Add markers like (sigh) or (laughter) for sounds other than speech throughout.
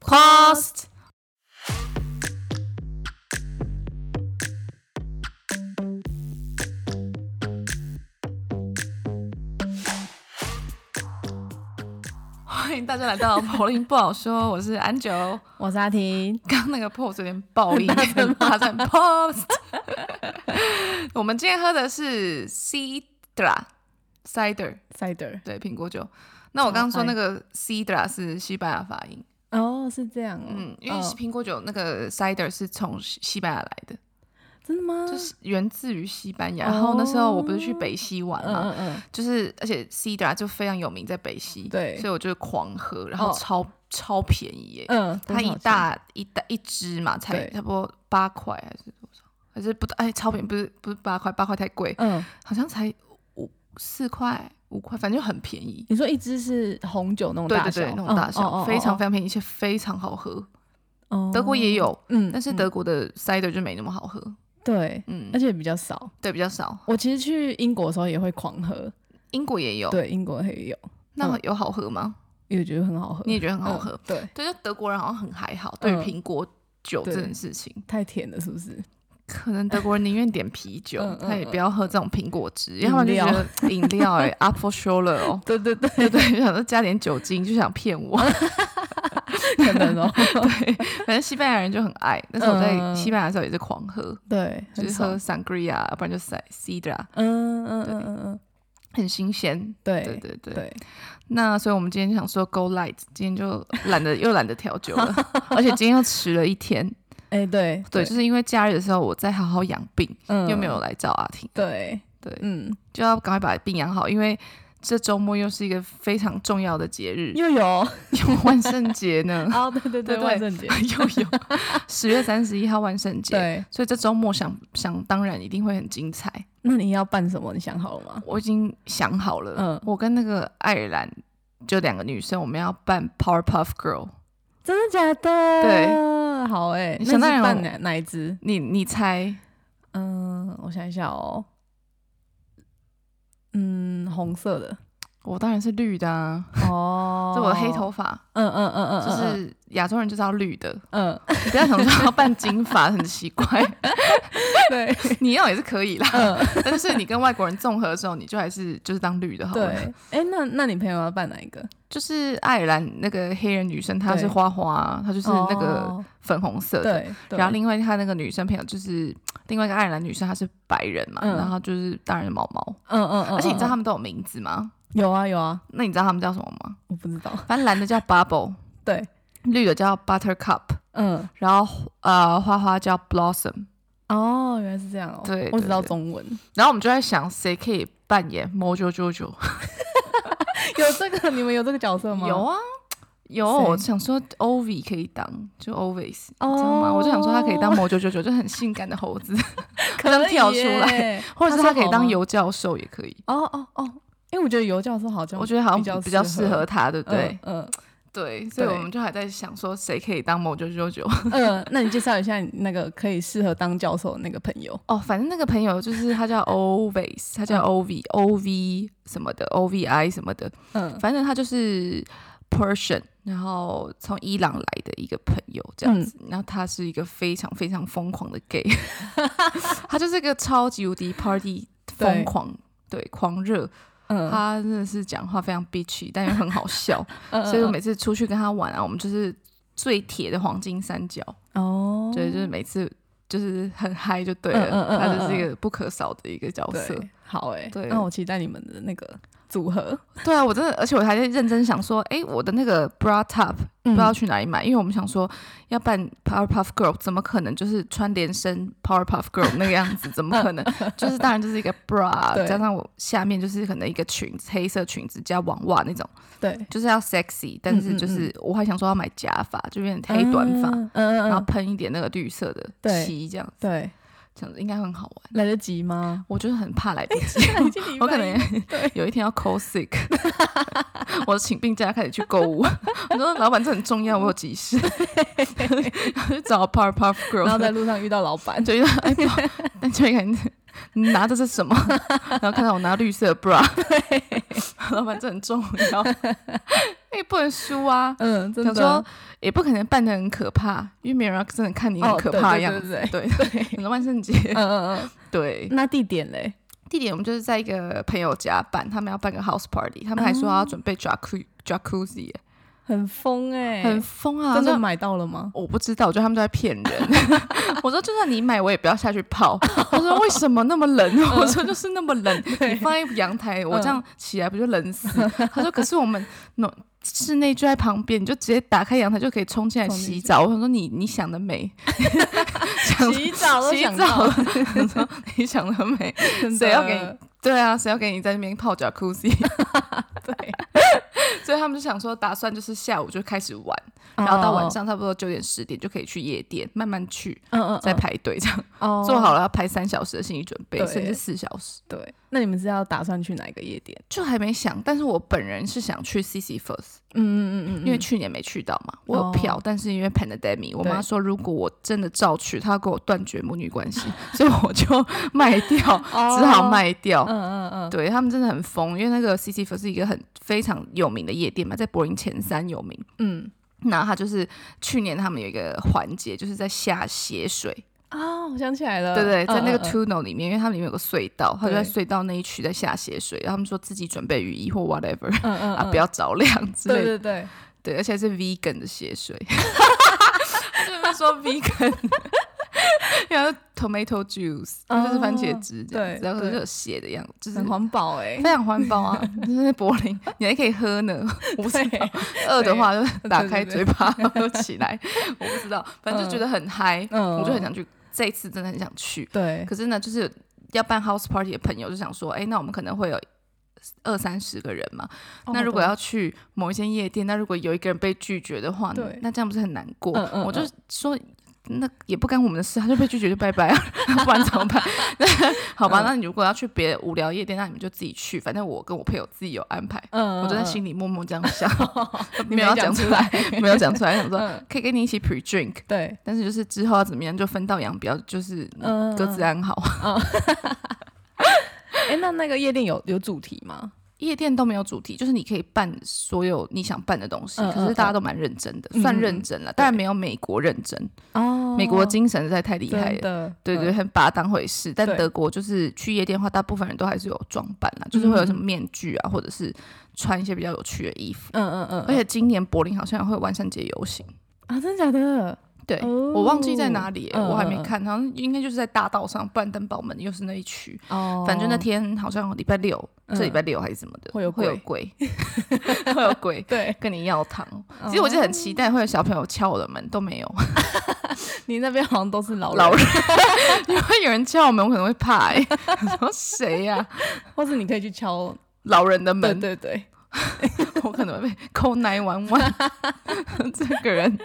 Cost。欢迎大家来到口令不好说，我是安 (laughs) 九。我是阿婷，刚那个 pose 有点爆音，大声 pose。我们今天喝的是 Cidra cider， cider。对，苹果酒。那我刚刚说超爱那个 Cidra 是西班牙发音，哦，是这样哦，嗯，因为哦苹果酒那个 cider 是从西西班牙来的，真的吗？就是源自于西班牙。然后那时候我不是去北西玩嗯嘛，哦嗯嗯，就是而且 Cidra 就非常有名在北西，对所以我就狂喝，然后哦超、超便宜耶，嗯，它多一少钱，大一大一支嘛，才对差不多八块还是多少，还是不到哎超便宜，不是不是八块，八块太贵，嗯，好像才五四块五块，反正就很便宜。你说一支是红酒那种对大对小，哦嗯对，那种大小、非常非常便宜，而且非常好喝。常德国也，有，哦嗯，但是嗯呃德国的 cider 就没那么好喝，对，嗯而，且比较少。对，比较少。我其实去英国的时候也会狂喝，英国也有，对，英国也有，那嗯有好喝吗？因为觉得很好喝，你也觉得很好喝？嗯，对，对，就德国人好像很还好，对于嗯苹果酒这对件事情，太甜了，是不是？可能德国人宁愿点啤酒嗯，(laughs) 嗯他也不要喝这种苹果汁，因为饮他料们就觉得饮料哎，apple s h o l e r 哦。对对 (laughs) 对， (laughs) 嗯对对，想说加点酒精就想骗我，可能哦， (laughs) 反正西班牙人就很爱。但是我在嗯西班牙的时候也是狂喝，对，就很是少喝 sangria，要不然就 c i d r a 嗯嗯嗯嗯嗯，很新鲜。对对对对。对，那所以我们今天想说 go light，今天就懒得又懒得调酒了， (laughs) 而且今天又迟了一天。哎对对，就是因为假日的时候我在好好养病，嗯又没有来找阿婷。对，对，嗯，就要赶快把病养好，因为这周末又是一个非常重要的节日，又有，(laughs) 有万圣节呢 (laughs) 哦，对对对对万圣节，又有十月三十一号万圣节。对，所以这周末想想当然一定会很精彩，那你要办什么？你想好了吗？我已经想好了。嗯我跟那个爱尔兰就两个女生，我们要办 Powerpuff Girl。真的假的？对，好哎、欸，你想那当然是有办哪哪一支？你你猜嗯，我想一下哦，嗯，红色的我当然是绿的啊，哦， (laughs) 这我的黑头，发，嗯嗯嗯嗯，就是亚洲人就是要绿的， (laughs) 嗯，嗯你不要想说要办金发很奇 (laughs) 怪，对你要也是可以啦， (laughs) 嗯但是你跟外国人综合的时候，你就还是就是当绿的好对了。，哎、那那你朋友要办哪一个？就是爱尔兰那个黑人女生，她对是花花，她就是那个哦粉红色的。对，对然后另外她那个女生朋友就是另外一个爱尔兰女生，她是白人嘛，嗯然后就是当然毛毛，嗯嗯嗯，而且你知道嗯他们都有名字吗？有啊有啊，那你知道他们叫什么吗？我不知道，反正蓝的叫 Bubble，对，绿的叫 Buttercup，嗯，然后呃，花花叫 Blossom，哦，原来是这样哦，对我对只知道对中文， (laughs) 然后我们就在想谁可以扮演 Mojo Jojo？有这个你们有这个角色吗？有啊，有，谁我想说 Ovi 可以当，就 Always，、哦你知道吗？我就想说他可以当 (laughs) Mojo Jojo，就很性感的猴 (laughs) 子，可能跳以出来 (laughs) 耶或者是他可以说好当吗游教授也可以。哦哦哦，因为我觉得尤教授好像，我觉得好像较比较适合，他，对不对？嗯对，所以对我们就还在想说谁可以当 Mojo Jojo。嗯嗯， (laughs) 那你介绍一下你那个可以适合当教授的那个朋 (laughs) 友，哦，反正那个朋友就是他叫 Always，他叫 Ovi、Ov 什么的，Ovi 什么的，嗯反正他就是 Persian，然后从伊朗来的一个朋友这样子。然后他是一个非常非常疯狂的 gay，他就是一个超级无敌 party 对疯狂。对，狂热，嗯，他真的是讲话非常 bitchy，但又很好笑， (laughs) 嗯所以我每次出去跟他玩啊，我们就是最铁的黄金三角，哦，对，就是每次就是很嗨就对嗯嗯了，嗯他就是一个不可少的一个角色。对，好哎，对那我期待你们的那个组合，对啊，我真的，而且我还在认真想说，哎，我的那个 bra top 不嗯知道去哪里买，因为我们想说要办 Powerpuff Girl，怎么可能就是穿连身 Powerpuff Girl 那个样子？怎么可 (laughs) 能？就是当然就是一个 bra，对加上我下面就是可能一个裙子，黑色裙子加网袜那种，嗯对，就是要 sexy，但是就是我还想说要买假发，就变成黑短发，嗯嗯然后嗯嗯，喷一点那个绿色的对漆，这样对，这样子应该很好玩。来得及 (laughs) 吗？我就是很怕来哎不及，已经礼拜我可能一对有一天要 call sick，我请病假开始去购物。 (laughs) 我说老板这很重要，我有急事， (laughs) 去找 Power Puff 然后 Girl，在路上遇到老板，就遇到哎，不好 (laughs) 但就一看你拿着是什么，然后看到我拿绿色 bra，老板这很重要，因为不能输啊。嗯，真想的说。也不可能扮得很可怕，因为没有人要真的看你很哦可对怕的对样子。对对 (laughs) 对，可能万圣节，嗯 (laughs) 嗯嗯。对那地点嘞？地点我们就是在一个朋友家办，他们要办个 house party，他们还说要哦准备 jacuzzi jacuzzi，、很疯哎，很疯啊！真的那买到了吗？我不知道，我觉得他们都在骗 (laughs) 人。 (laughs) 我说就算你买，我也不要下去泡。我说为什么那么冷？哦我说就是那么 (laughs) 冷，你放在阳台，嗯我这样起来不就冷死？他说可是我们暖室内就在旁边，你就直接打开阳台就可以冲进来冲进洗澡。我想说你你想得 (laughs) 美，想洗澡呃都洗想澡到了，我说你想得美，真的谁要给你？对啊，谁要给你在那边泡脚 c u z i (laughs) 对，所以他们就想说，打算就是下午就开始玩， (laughs) 然后到晚哦，上差不多九点十点就可以去夜店，慢慢去，嗯嗯，再嗯排队这样。哦做好了要排三小时的心理准备，对甚至四小时，对，那你们是要打算去哪一个夜店？就还没想。但是我本人是想去 CC First，、嗯嗯嗯因为去年没去到嘛，我有哦票，但是因为 pandemic，我妈对说如果我真的照去，她要跟我断绝母女关系， (laughs) 所以我 (laughs) 就卖掉，只好卖掉。哦嗯嗯嗯，对他们真的很疯，因为那个 CC First 是一个很非常有名的夜店嘛，在柏林前三有名。嗯，那他就是去年他们有一个环节，就是在下血水，啊，我想起来了，嗯对对，在那个嗯嗯嗯 tunnel 里面，因为它里面有个隧道，他就在对隧道那一区在下血水，然后他们说自己准备雨衣或 whatever 嗯嗯 (laughs) 啊，嗯不要着凉之类对的，对对，对，而且是 vegan 的血 (laughs) 水，就是他说 vegan，然后 tomato juice 就是番茄哦汁这样子，对然后对就有血的样子，就是很环保哎非，常环保啊，就是柏林，你还可以喝呢。 (laughs) 我不知对道，嗯 (laughs) 饿的话就 (laughs) 打对开对嘴 (laughs) 巴喝起来，我不知道，反正就觉得很嗨，嗯我就很想去，这一次真的很想去。对，可是呢，就是要办 house party 的朋友就想说，哎，那我们可能会有二三十个人嘛，哦那如果要去某一间夜店，那如果有一个人被拒绝的话呢对，那这样不是很难过？嗯嗯我就说。那也不干我们的事，他就被拒绝就拜拜啊， (laughs) 不然怎么办？好嗯吧，那你如果要去别的无聊夜店，那你们就自己去，反正我跟我朋友自己有安排。嗯，嗯我就在嗯心里默默这样想， (laughs) 你没有要讲讲出出来， (laughs) 没有讲出来，想说 (laughs) 嗯可以跟你一起 pre drink，对，但是就是之后要怎么样就分道扬镳，就是嗯各自安好。 (laughs) 哎，那那个夜店有有主题吗？夜店都没有主题，就是你可以办所有你想办的东西，嗯可是大家都蛮认真的，算认真了，当然没有美国认真，哦美国精神实在太厉害了。的，对对，嗯，很把它当回事。但对德国就是去夜店的话，大部分人都还是有装扮啦，就是嗯会有什么面具啊，或者是穿一些比较有趣的衣服。嗯嗯嗯，而且今年柏林好像会万圣节游行，啊，真的假的？对、哦我忘记在哪里、嗯我还没嗯嗯看，好像应该就是在大道上，不然登宝门又是那一区。哦嗯反正那天好像礼拜六，这礼拜六还是什么的，会有会有鬼， (laughs) 会有鬼对，跟你要糖。嗯其实我就很期待会有小朋友敲我的门，都没有。你那边好像都是老老人， (laughs) 因为有人敲我门，我可能会怕、欸。 (laughs) 我说谁呀、 (laughs) 或是你可以去敲，老人的对门，对对，我可能会被扣奶玩玩。 (laughs) 这个人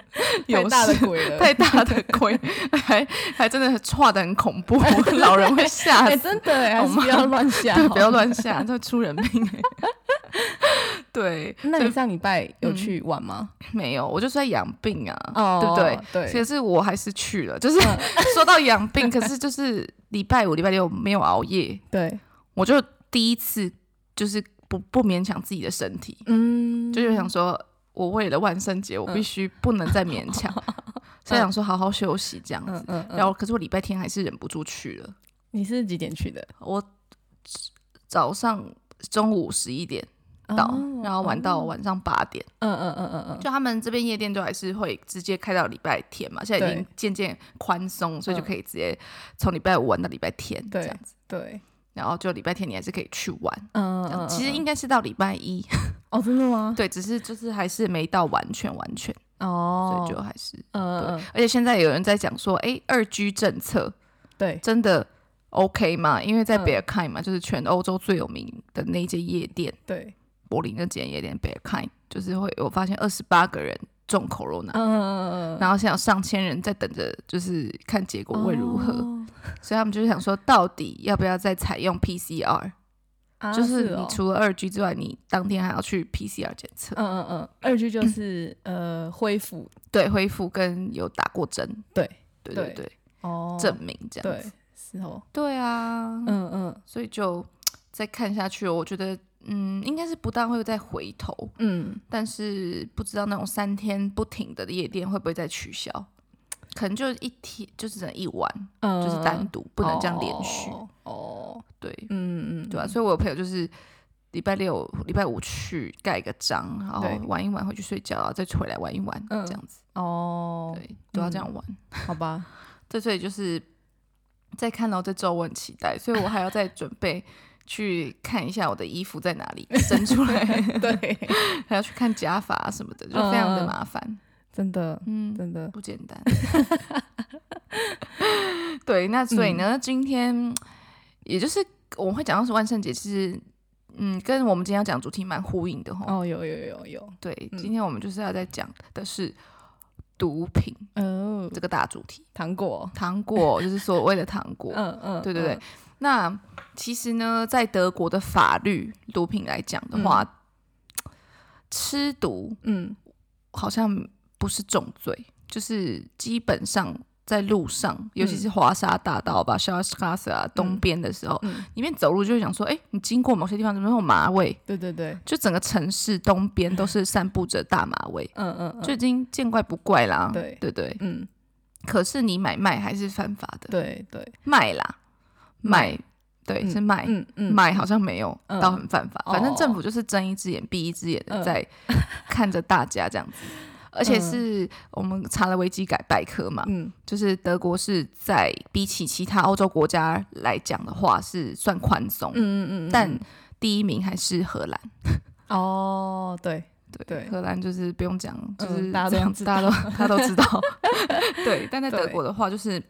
有 (laughs) (laughs) 太大的事鬼 (laughs) 了，太大的鬼， (laughs) 还还真 (laughs) 的差的很恐怖， (laughs) 老人会吓哎，死。真的哎，还好是吗不要乱 (laughs) (laughs) 下，对，不要。乱吓，这会出人命、欸。 (laughs) 对，那所你以上礼拜有去玩吗？没有，我就是在养病啊，哦对不对？对可是我还是去了，就是、嗯 (laughs) 说到养病，可是就是礼拜五、礼拜六没有熬夜，对，我就第一次就是不不勉强自己的身体，嗯就是想说，我为了万圣节，我必须不能再勉 (laughs) 强，所以想说好好休息这样嗯子。嗯嗯，然后，可是我礼拜天还是忍不住去了，你是几点去的？我早上中午十一点到，哦然后玩到晚上八点。嗯嗯嗯嗯嗯，就他们这边夜店都还是会直接开到礼拜天嘛，现在已经对渐渐宽松，所以就嗯可以直接从礼拜五玩到礼拜天这对样子，对，然后就礼拜天你还是可以去玩。嗯这样嗯，其实嗯应该是到礼拜一， (laughs) 哦，真的吗？对，只是就是还是没到完全完全，哦所，以就还是嗯嗯嗯而且现在有人在讲说，哎，二 G 政策对，真的 OK 吗？因为在嗯北尔开嘛，就是全欧洲最有名的那一间夜店，对，柏林那间夜店北尔开，就是会我发现二十八个人中 corona，、嗯嗯嗯嗯嗯，然后现在有上千人在等着，就是看结果会如何，哦？所以他们就是想说，到底要不要再采用 PCR？、啊就是哦你除了二 G 之外，你当天还要去 PCR 检测，嗯嗯嗯，二 (coughs) G 就是呃恢复对，恢复跟有打过针，对对对对对，哦，证明这样对子，时候，对啊，嗯嗯所以就再看下去哦，我觉得嗯，应该是不但会再回头，嗯，但是不知道那种三天不停的夜店会不会再取消，可能就一天就只能一晚，呃就是单独，不能这样连续。哦，哦对，嗯嗯，对啊，所以我有朋友就是礼拜六、礼拜五去盖个章，然后对以玩一玩回去睡觉，然后再回来玩一玩，嗯这样子，哦，对，都要这样玩。好吧， (laughs) 对，所以就是在看到这周，我很期待，所以我还要再准备去看一下我的衣服在哪 (laughs) 里伸出来，对，嗯还要去看假发啊什么的，就非常的麻烦， (laughs) 真的嗯，真的，不简单。 (laughs) 对，那所以嗯呢，今天也就是我们会讲到是万圣节，其实嗯，跟我们今天要讲主题蛮呼应的哈。哦，有有有有，对，嗯今天我们就是要在讲的是毒品哦，这个大主题，糖果，糖果就是所谓的糖果，嗯嗯，对对对嗯，。那其实呢，在德国的法律毒品来讲的话，吃毒嗯，好像不是重罪，就是基本上在路嗯上，尤其是华沙大道吧、肖斯卡斯啊东边的时候，嗯里面走路就会想说，哎、你经过某些地方怎么有麻味？嗯对对对，就整个城市东边都是散布着大麻味，嗯嗯，嗯就已经见怪不怪啦。对对对，嗯，可是你买卖还是犯法的，对对，卖啦，卖，对，嗯是卖。嗯嗯，买好像没有嗯到很犯法，哦反正政府就是睁一只眼闭一只眼的嗯在看着大家这样 (laughs) 子。而且是我们查了维基改百科嘛，嗯就是德国是在比起其他欧洲国家来讲的话是算宽松，嗯嗯嗯，但第一名还是荷兰。哦，对，对，对嗯荷兰就是不用讲，就是、大家都知大家都大家都知 (laughs) 道。对，但在德对国的话就是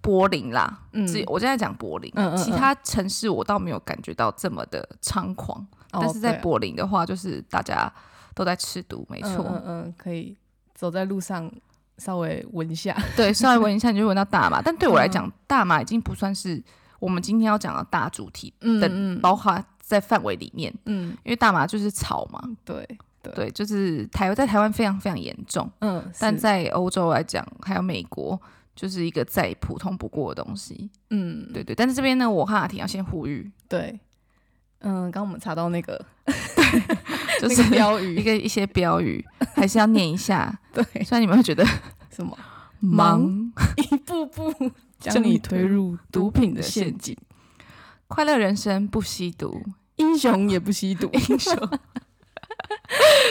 柏林啦，嗯只我现在讲柏林，嗯嗯嗯其他城市我倒没有感觉到这么的猖狂，哦但是在播，柏林的话，就是大家都在吃毒，没没错。嗯嗯，可以走在路上稍微闻 (laughs) 一下， (laughs) 对，稍微闻一下你就闻到大麻，但对嗯我来讲，大麻已经不算是我们今天要讲的大主题嗯的，嗯包含在范围里面，嗯，因为大麻就是草嘛，对，对，就是台在台湾非常非常严重，嗯，但是在欧洲来讲，还有美国。就是一个再普通不过的东西，嗯对对。但是这边呢，我和阿婷要先呼 (laughs) 吁，对，嗯，刚刚我们查到那个就那是个标一语，个一些标语，还是要念一 (laughs) 下。对，虽然你们会觉得什么忙 (laughs) 忙一步步将 (laughs) 将你你推推入毒毒品品的的陷陷阱，快乐人生不吸毒，英雄也不 (laughs) 吸毒，英雄。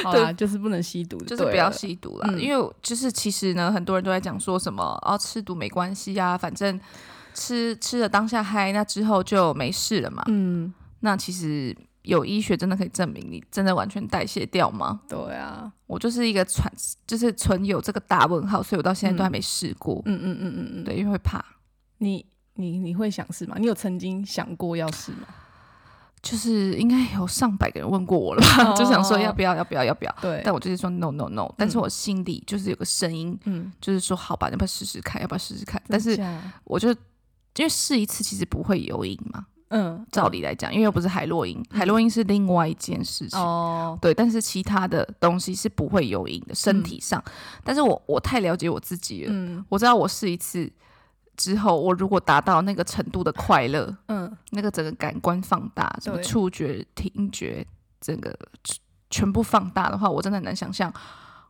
好啦，就是不能吸毒，就是不要。吸毒啦。嗯因为就是其实呢，很多人都在讲说什么哦，吃毒没关系啊，反正吃吃了当下嗨，那之后就没事了嘛。嗯，那其实有医学真的可以证明你真的完全代谢掉吗？对啊，我就是一个存，就是存有这个大问号，所以我到现在都还没试过。嗯嗯嗯嗯嗯，对，因为会怕。你你你会想试吗？你有曾经想过要试吗？就是应该有上百个人问过我了吧， (laughs) 哦嗯就想说要不要要不要要不要，对，但我就是说 no no no，但是我心里就是有个声音，嗯，就是说好吧，要不要试试看，要不要试试看？但是真假我就因为试一次其实不会有瘾嘛，嗯，照理来讲，因为又不是海洛因，海洛因是另外一件事情。哦，对，但是其他的东西是不会有瘾的，身体上。但是我我太了解我自己了，嗯我知道我试一次之后，我如果达到那个程度的快乐，嗯，那个整个感官放大，什么对触觉、听觉，整个全全部放大的话，我真的很难想象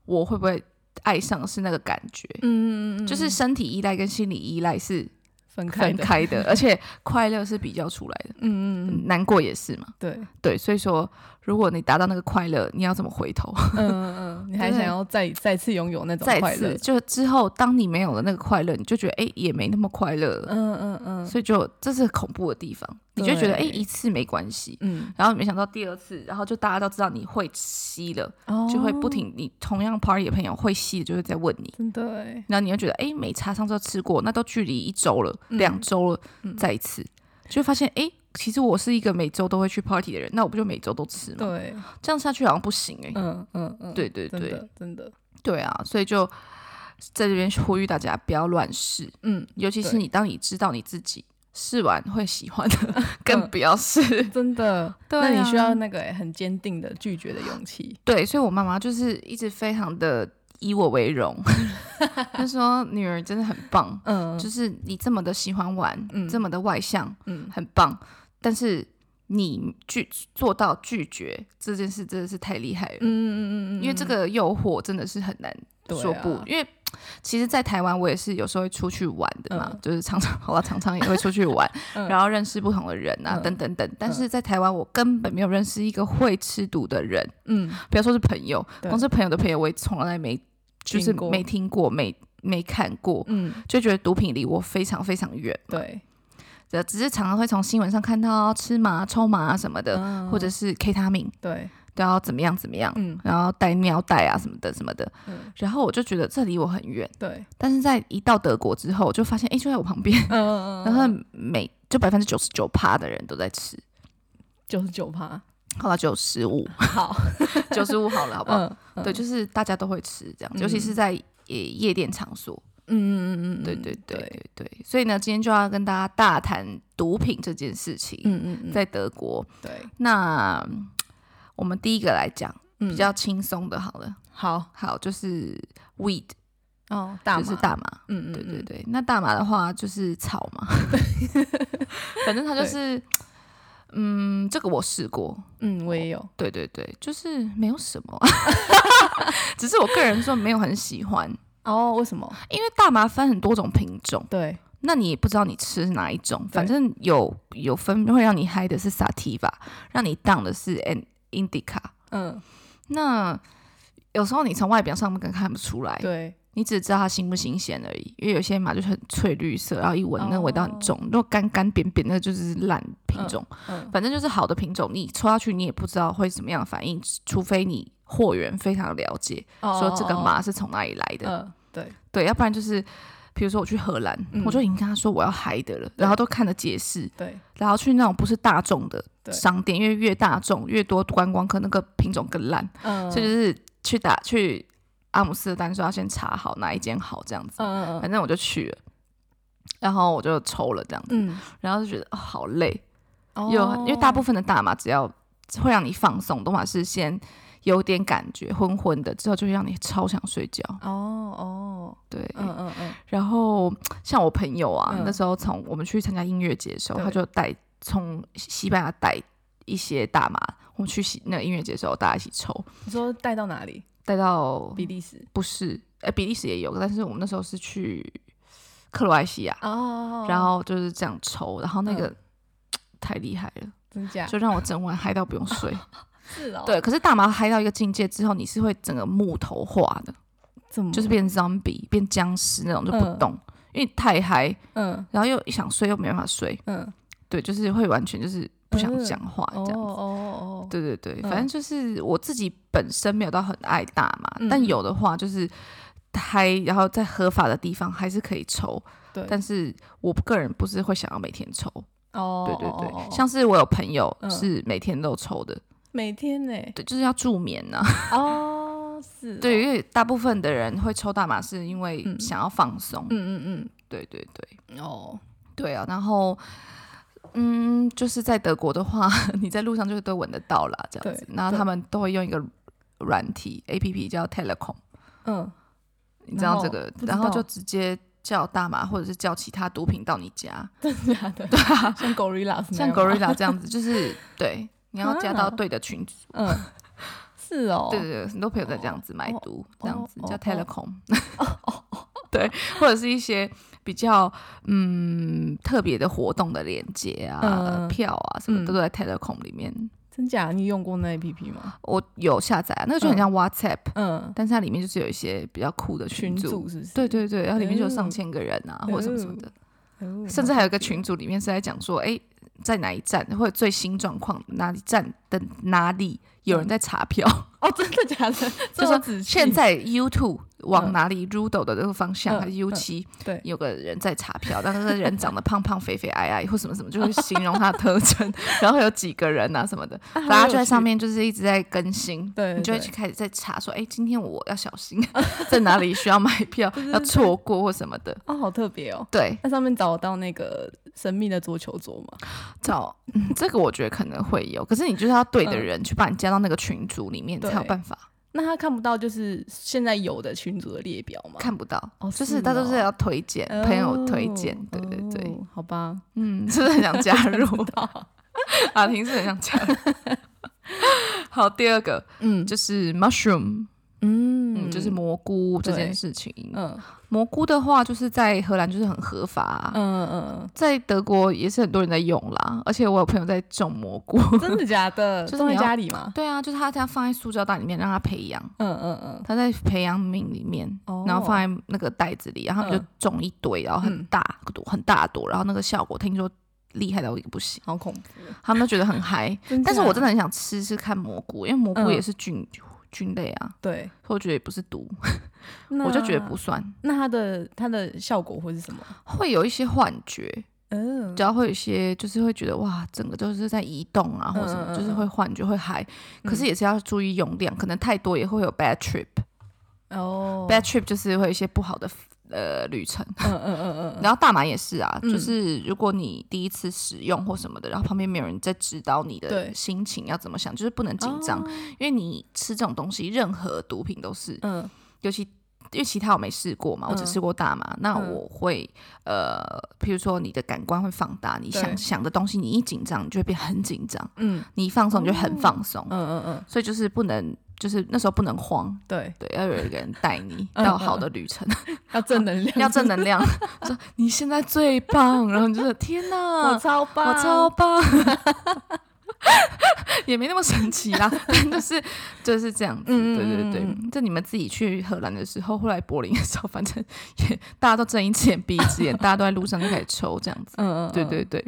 我会不会爱上的是那个感觉。嗯嗯嗯，就是身体依赖跟心理依赖是分开分的，开 (laughs) 的，而且快乐是比较出来的，嗯嗯嗯，嗯难过也是嘛。 (laughs) 对，嗯对，所以说，如果你达到那个快乐，你要怎么回头？嗯嗯，你还对想要再再次拥有那种再快乐次，？就之后，当你没有了那个快乐，你就觉得哎、诶也没那么快乐了，嗯嗯嗯所以就这是恐怖的地方，你就觉得哎、对诶一次没关系，嗯，然后没想到第二次，然后就大家都知道你会吸了，哦就会不，停。你同样 party 的朋友会吸，就会在问你，真的欸然后你就觉得哎，没差，上次都吃过，那都距离一周了，嗯两周了，嗯再一次，就会发现哎，诶其实我是一个每周都会去 party 的人，那我不就每周都吃吗？对，这样下去好像不行哎、嗯嗯嗯，对对真对的真的，对啊，所以就在这边呼吁大家不要乱试，嗯，尤其是对你当你知道你自己试完会喜欢 (laughs) 的，嗯更不要试。真的，对那啊你需要那个欸很坚定的拒绝的勇气，对，所以我妈妈就是一直非常的以我为荣， (laughs) 她说女儿真的很棒，嗯就是你这么的喜欢玩，嗯这么的外向，嗯很棒。但是你拒做到拒绝这件事真的是太厉害了，嗯嗯嗯嗯，因为这个诱惑真的是很难对说不，啊因为其实，在台湾我也是有时候会出去玩的嘛，嗯就是常常好了，常常也会出去玩， (laughs) 嗯然后认识不同的人啊，嗯等等等。但是在台湾，我根本没有认识一个会吃毒的人，嗯不要说是朋友，对光是朋友的朋友，我也从来没就是听过没听过、没没看过，嗯，就觉得毒品离我非常非常远。对，呃，只是常常会从新闻上看到吃麻、抽麻啊什么的，嗯或者是 K 他命对，都要怎么样怎么样，嗯然后带尿袋啊什么的什么的。嗯然后我就觉得这离我很远，对，但是在一到德国之后，我就发现诶，就在我旁边，嗯 (laughs) 嗯，然后每就百分之九十九趴的人都在吃，九十九趴，后来只有十五， (laughs) 好，九十五好了，好不好？嗯，嗯对，，就是大家都会吃这样，嗯尤其是在夜夜店场所。嗯嗯嗯嗯，对对对对，对对，所以呢，今天就要跟大家大谈毒品这件事情，嗯嗯嗯，在德国。对，那嗯我们第一个来讲嗯比较轻松的，好了，好，好，就是 weed，哦，大就是麻，大麻。嗯嗯，对对嗯，对，那大麻的话就是草 (laughs) 嘛，反正它就是，嗯，这个我试过，嗯，我也有，对对对，就是没有什 (laughs) 么，只是我个人说没有很喜欢，哦，为什么？因为大麻分很多种品种，对，那你也不知道你吃哪一种，对反正有有分会让你嗨的是 sativa，让你 down 的是 an indica，嗯，那有时候你从外表上面可能看不出来，对，你只知道它新不新鲜而已。因为有些马就是很翠绿色，然后一闻那哦味道很重，如果干干扁扁，那就是烂品种。嗯反正就是好的品种，你抽下去你也不知道会什么样的反应，除非你货源非常了解，哦说这个哦哦马是从哪里来的，嗯，对，哦对，要不然就是。比如说我去荷兰，嗯我就已经跟他说我要嗨的了，然后都看了解释，对，然后去那种不是大众的对商店，因为越大众越多观光客，那个品种更烂。嗯，所以就是去打去阿姆斯特丹，说要先查好哪一间好这样子。嗯嗯反正我就去了，然后我就抽了这样子，嗯然后就觉得、哦、好累，嗯，又因为大部分分的大麻只要会让你放松，都嘛是先有点感觉昏昏的，之后就会让你超想睡觉。哦哦，对，嗯嗯嗯，然后像我朋友啊，嗯那时候从我们去参加音乐节的时候，对他就带从西班牙带一些大麻，我们去西那个音乐节的时候大家一起抽，你说带到哪里？带到比利时不是，呃，比利时也有，但是我们那时候是去克罗埃西亚，哦然后就是这样抽，然后那个、嗯太厉害了，真假就让我整晚嗨到不用睡。是 (laughs) 哦，对，可是大麻嗨到一个境界之后，你是会整个木头化的，怎么就是变 zombie 变僵尸那种就不嗯动，因为太嗨，嗯然后又想睡又没办法睡，嗯对，就是会完全就是不想嗯讲话哦这样子。哦哦，对对对，嗯反正就是我自己本身没有到很爱大麻，嗯但有的话就是嗨，然后在合法的地方还是可以抽，对但是我个人不是会想要每天抽，哦对对哦对，哦哦像是我有朋友嗯是每天都抽的，每天呢，对，就是要助眠呐、哦是哦，对，因为大部分的人会抽大麻是因为嗯想要放松，嗯嗯对对对嗯，哦，对啊，然后。嗯，就是在德国的话， (laughs) 你在路上就是都闻得到啦，这样子。对然后对他们都会用一个软体 A P P 叫 Telecom，嗯，你知道这个然后，不知道然后就直接叫大麻或者是叫其他毒品到你家， (laughs) 真假的，对啊，像 gorilla 是那像样吗 Gorilla 这样子， (laughs) 就是对，你要加到啊对的群组。嗯，是哦，对对对，很多朋友在这样子买毒，这样子哦叫哦 Telecom，对， (laughs) 或者是一些比较嗯特别的活动的链接啊、嗯票啊什么，嗯都在 Telecom 里面。真假？你用过那 A P P 吗？我有下载啊，那个就很像 WhatsApp，嗯，但是它里面就是有一些比较酷的群组。主是不是？对对对，然后里面就有哦上千个人啊，或者什么什么哦的。哦，甚至还有一个群组里面是在讲说，哎、在哪一站或者最新状况哪里站的哪里有人在查票， (laughs) (laughs) 哦，真的假的？就这么仔说细现在 U two 往嗯哪里 Rudo 的这个方向、嗯还是 U 七、对有个人在查票，但是那个人长得胖胖肥肥矮矮或什么什么，就会形容他的特征， (laughs) 然后有几个人啊什么的，啊好大家有就在趣上面就是一直在更新。对，你就会对去开始在查说，哎、今天我要小心， (laughs) 在哪里需要买 (laughs) 票，要错过或什么的。哦，好特别哦。对，那上面找到那个神秘的桌球桌吗？找、嗯、这个我觉得可能会有，可是你就是要对的嗯人去把你加到那个群组里面对才有办法，那他看不到就是现在有的群组的列表吗？看不到。哦就是是他都是哦要推荐、朋友推荐，哦对对对，哦好吧， (laughs) 嗯，是不是很想加入？不知道阿婷是很想讲。 (laughs) 好，第二个嗯就是 mushroom，嗯，嗯就是蘑菇这件对事情。嗯蘑菇的话，就是在荷兰就是很合法啊、嗯 (laughs) 嗯在德国也是很多人在用啦。而且我有朋友在种蘑菇， (laughs) 嗯，真的假的？就是种你在要家里吗？对啊，就是他他放在塑胶袋里面让它培养，嗯嗯嗯，他在培养皿里面，哦然后放在那个袋子里，然后他们就嗯种一堆，然后很大、很大朵，然后那个效果听说厉害到一个不 (laughs) 行，好恐怖。他们都觉得很嗨。但是我真的啊的很想吃吃看蘑菇，因为蘑菇嗯也是菌、菌类啊，对，所以我觉得也不是毒，我我就觉得不。算，那它的它的效果会是什么？会有一些幻觉，嗯只，要会有一些就是会觉得哇，整个就是在移动啊，或者什嗯嗯么，嗯就是会幻觉会嗨。嗯可是也是要注意用量，可能太多也会有 bad trip。哦， bad trip 就是会有一些不好的呃旅程。嗯嗯嗯嗯， (laughs) 然后大麻也是啊，嗯就是如果你第一次使用或什么的，然后旁边没有人在指导你对的心情要怎么想，就是不能紧张，哦因为你吃这种东西，任何毒品都是，嗯尤其。因为其他我没试过嘛，我只嗯试过大麻。那嗯我会呃，譬如说你的感官会放大，你对想想的东西，你一紧张你就会变很紧张，嗯你一放松你就很放松。嗯嗯嗯，所以就是不能，就是那时候不能慌，对，对，要有一个人带你 (laughs) 嗯到好的旅程。要正能 (laughs) 量，要正能量，说你现在最棒，然后你就说天哪， (laughs) 我超我棒，超 (laughs) 棒，也没那么神奇 (laughs) 啦，但就是就是这样子，嗯嗯对对嗯对，这你们自己去荷兰的时候，后来柏林的时候，反正也大家都睁一只眼闭一只眼， (laughs) 大家都在路上就开始抽这样子，嗯，嗯嗯，对对对。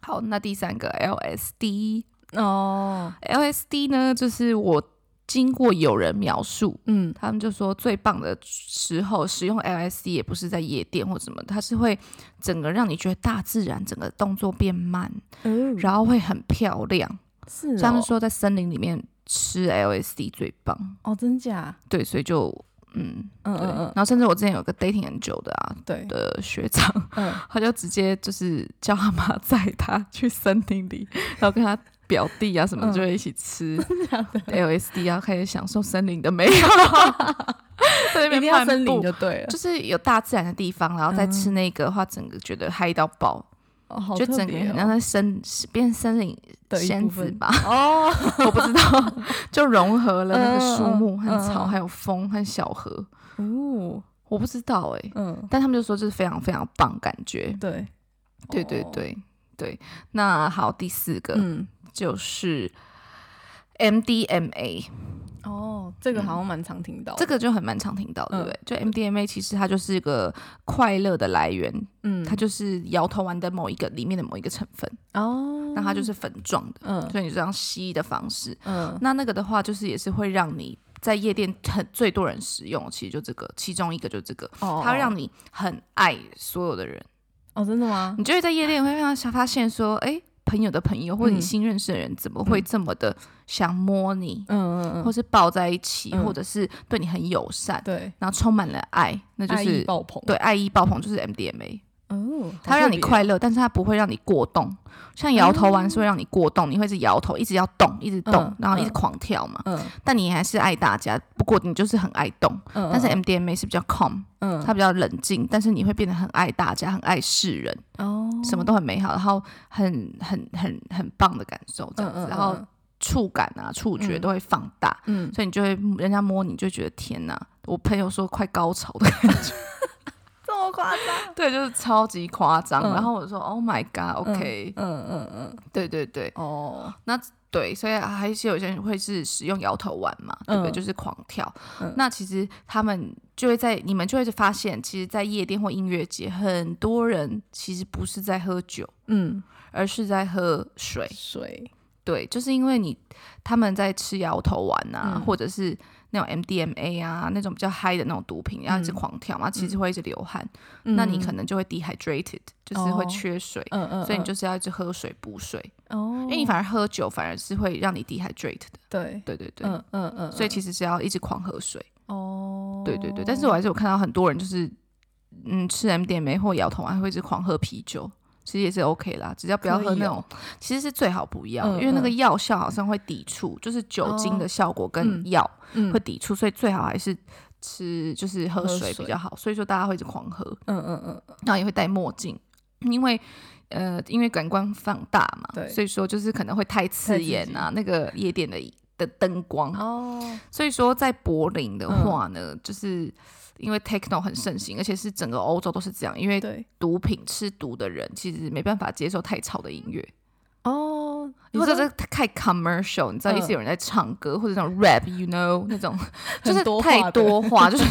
好，那第三个 LSD，LSD 哦，呢，就是我经过有人描述，嗯他们就说最棒的时候使用 LSD 也不是在夜店或什么，它是会整个让你觉得大自然整个动作变慢，嗯，然后会很漂亮。是哦他们说在森林里面吃 LSD 最棒，哦，真假？对，所以就嗯嗯对。嗯然后甚至我之前有个 dating 很久的啊嗯，对，的学长，嗯，他就直接就是叫他妈载他去森林 (laughs) 里，然后跟他表弟啊什么嗯就会一起 (laughs) 吃这样的 LSD，然后开始享受森林的美好。 (laughs) 在那一边定要漫森林步，就对了，就是有大自然的地方，然后再吃那个的话，整个觉得嗨到爆，哦好就特整个别很哦像在森变森林的一仙部子分吧，哦， (laughs) 我不知道，就融合了那个树木嗯和嗯草，嗯还有风和小河，哦，我不知道哎、嗯，但他们就说这是非常非常棒感觉，对，对对哦，对对。那好，第四个嗯，就是 MDMA，哦，这个好像蛮常听到的，嗯这个就很蛮常听到，对不对哦嗯？就 MDMA 其实它就是一个快乐的来源，嗯，它就是摇头丸的某一个里面的某一个成分，哦，那它就是粉状的，嗯所以你这样吸的方式。嗯那那个的话，就是也是会让你在夜店很最多人使用，其实就这个，其中一个就这个，哦，它会哦让你很爱所有的人，哦，真的吗？你就会在夜店会让他发现说，哎、朋友的朋友或者你嗯新认识的人怎么会这么的想摸你，嗯嗯或嗯，是抱在一起，嗯或者是对你很友善，对，然后充满了爱，那就爱意是爆棚，对爱意爆棚，就是 MDMA。哦，好它让特你别快乐，但是它不会让你过动。像摇头丸是会让你过动，你会是摇头，一直要动，一直动，哦嗯然后一直嗯狂跳嘛。嗯但你还是爱大家，不过你就是很爱动。嗯，但是嗯 MDMA 是比较 calm，、嗯它比较冷静，但是你会变得很爱大家，很爱世人，哦什么都很美好，然后很很很很棒的感受这样子，嗯然后触感啊、触觉嗯都会放大，嗯，所以你就会人家摸你就觉得天哪，我朋友说快高潮的 (laughs) 感觉。这么夸张，对，就是超级夸张。嗯然后我说，Oh my God，OK，、嗯嗯嗯，对对对哦，对，所以还是有些人会是使用摇头丸嘛，对不对？嗯就是狂跳。嗯那其实他们就会在你们就会发现，其实，在夜店或音乐节，很多人其实不是在喝酒，嗯，而是在喝水。水，对，就是因为你他们在吃摇头丸啊，嗯或者是那种 MDMA 啊，那种比较嗨的那种毒品，然后一直嗯狂跳嘛，其实会一直流汗，那你可能就会 dehydrated，就是会哦缺水。嗯，嗯嗯，所以你就是要一直喝水补水，哦，因为你反而喝酒反而是会让你 dehydrate 的，对对对对，嗯嗯嗯，所以其实是要一直狂喝水，哦，对对对。但是我还是有看到很多人就是，嗯，吃 MDMA 或摇头丸会一直狂喝啤酒，其实也是 OK 啦，只要不要可以喝那哦种，其实是最好不要，嗯因为那个嗯药效好像会抵触，就是酒精的哦效果跟嗯药嗯会抵触，所以最好还是。吃就是喝喝水比水较好，所以说大家会一直狂喝，嗯嗯嗯然后也会戴墨镜，因为呃，因为感官放大嘛，对所以说就是可能会太刺眼啊，那个夜店的的灯光，哦，所以说在柏林的嗯话呢，就是因为 techno 很盛行，而且是整个欧洲都是这样，因为对，毒品吃毒的人其实没办法接受太吵的音乐，哦，你或者说是太 commercial，你知道，嗯一直有人在唱歌，或者那种 rap，you (laughs) know，那种就是很多话太的多话， (laughs) 就是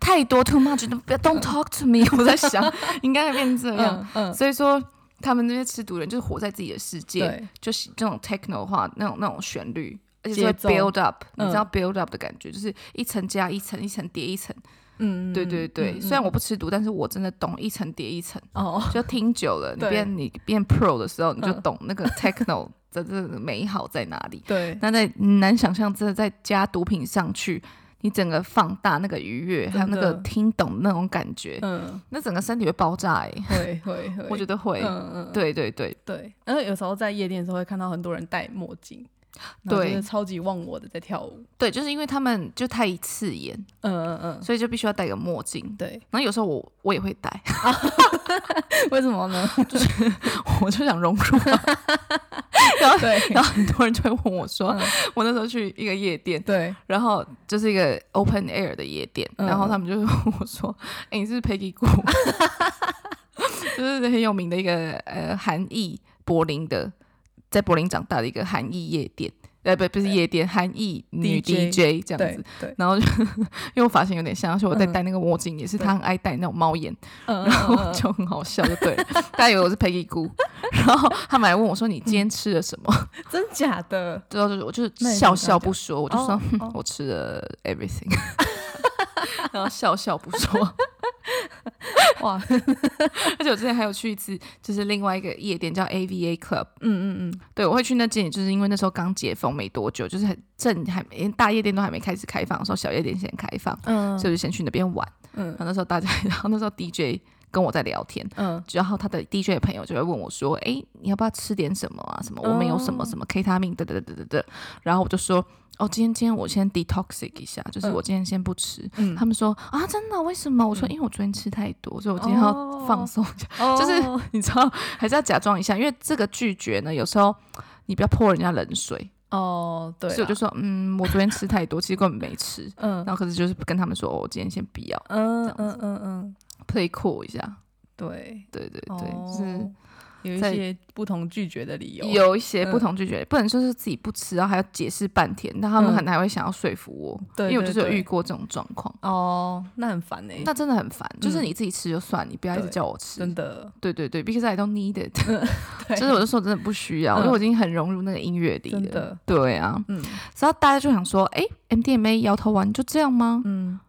太多 too much，不要 don't talk to me。我在 (laughs) 想，应该会变这样。嗯嗯，所以说，他们那些吃毒人就是活在自己的世界，对，就是这种 techno 化那种那种旋律，而且是节会奏 build up，你知嗯道 build up 的感觉，就是一层加一层，一层叠一层。嗯，对对嗯对，嗯虽然嗯我不吃毒，但是我真的懂一层叠一层。哦，就听久了，你对变你变 pro 的时候，你就嗯懂那个 techno (laughs) 的这个美好在哪里。对，那在你难想象，真的再加毒品上去，你整个放大那个愉悦，还有那个真的听懂那种感觉，嗯，那整个身体会爆炸哎、会会会，我觉得得会。嗯嗯，对对对，对，然后有时候在夜店的时候会看到很多人戴墨镜，然后对就是超级忘我的在跳舞，对，就是因为他们就太刺眼，嗯嗯嗯，所以就必须要戴个墨镜。对， (laughs) 然后有时候我我也会戴， (laughs) 为什么 (laughs) 呢？我就想融入。对然后很多人就会问我说，嗯我那时候去一个夜店，对，然后就是一个 open air 的夜店，嗯然后他们就问我说：“哎、你是不是 Peggy Gu？” (laughs) 就是很有名的一个呃韩裔柏林的，在柏林长大的一个韩裔夜店，呃不不是夜店，韩裔女 DJ DJ 这样对子。对，然后就 (laughs) 因为我发型有点像，所以我在嗯戴那个墨镜，也是对他很爱戴那种猫眼，嗯，然后嗯嗯 (laughs) 就很好笑，就对了，大家以为我是 Peggy Gu，然 (laughs) 后他们还问我说你今天吃了什么， (laughs) 嗯真假的，最后就是我就那你怎么笑跟笑他不说，我就说、哦哼哦我吃了 everything，然后笑笑不说。 (laughs) 哇，而且我之前还有去一次，就是另外一个夜店叫 AVA Club，嗯嗯嗯，对我会去那间，就是因为那时候刚解封没多久，就是很正还连大夜店都还没开始开放的时候，小夜店先开放，嗯所以我就先去那边玩。嗯然后那时候大家， (laughs) 然后那时候 DJ 跟我在聊天。嗯，然后他的 DJ 朋友就会问我说：“哎，你要不要吃点什么啊？什么我们有什么哦什么 K 他命，对对对对对。”然后我就说：“哦，今天今天我先 detoxic 一下，就是嗯我今天先不吃。嗯他们说：“啊，真的？为什么？”我说：“因为我昨天吃太多，所以我今天要哦放松 (laughs) 一下。就就是你知道，还是要假装一下，因为这个拒绝呢，有时候你不要泼人家冷水。哦，对啦，所以我就说：“嗯，我昨天吃太多，其实根本没吃。”嗯然后可是就是跟他们说：“哦，我今天先不要嗯这样嗯嗯嗯， play cool 一下。对”对对对，就是哦，有一在些不同拒绝的理由，有一些不嗯同拒绝，不能说是自己不吃，然后还要解释半天，那他们嗯可能还会想要说服我，对因为我就是有对遇过这种状况，哦，那很烦哎，那真的很烦。就是嗯你自己吃就算，你不要一直对叫我吃真。的，对对对，because I don't need it，对就是我就说真的不需要，嗯因为我已经很融入那个音乐里真了的。对啊，嗯然后大家就想说，哎，MDMA 摇头丸就这样吗？嗯，哦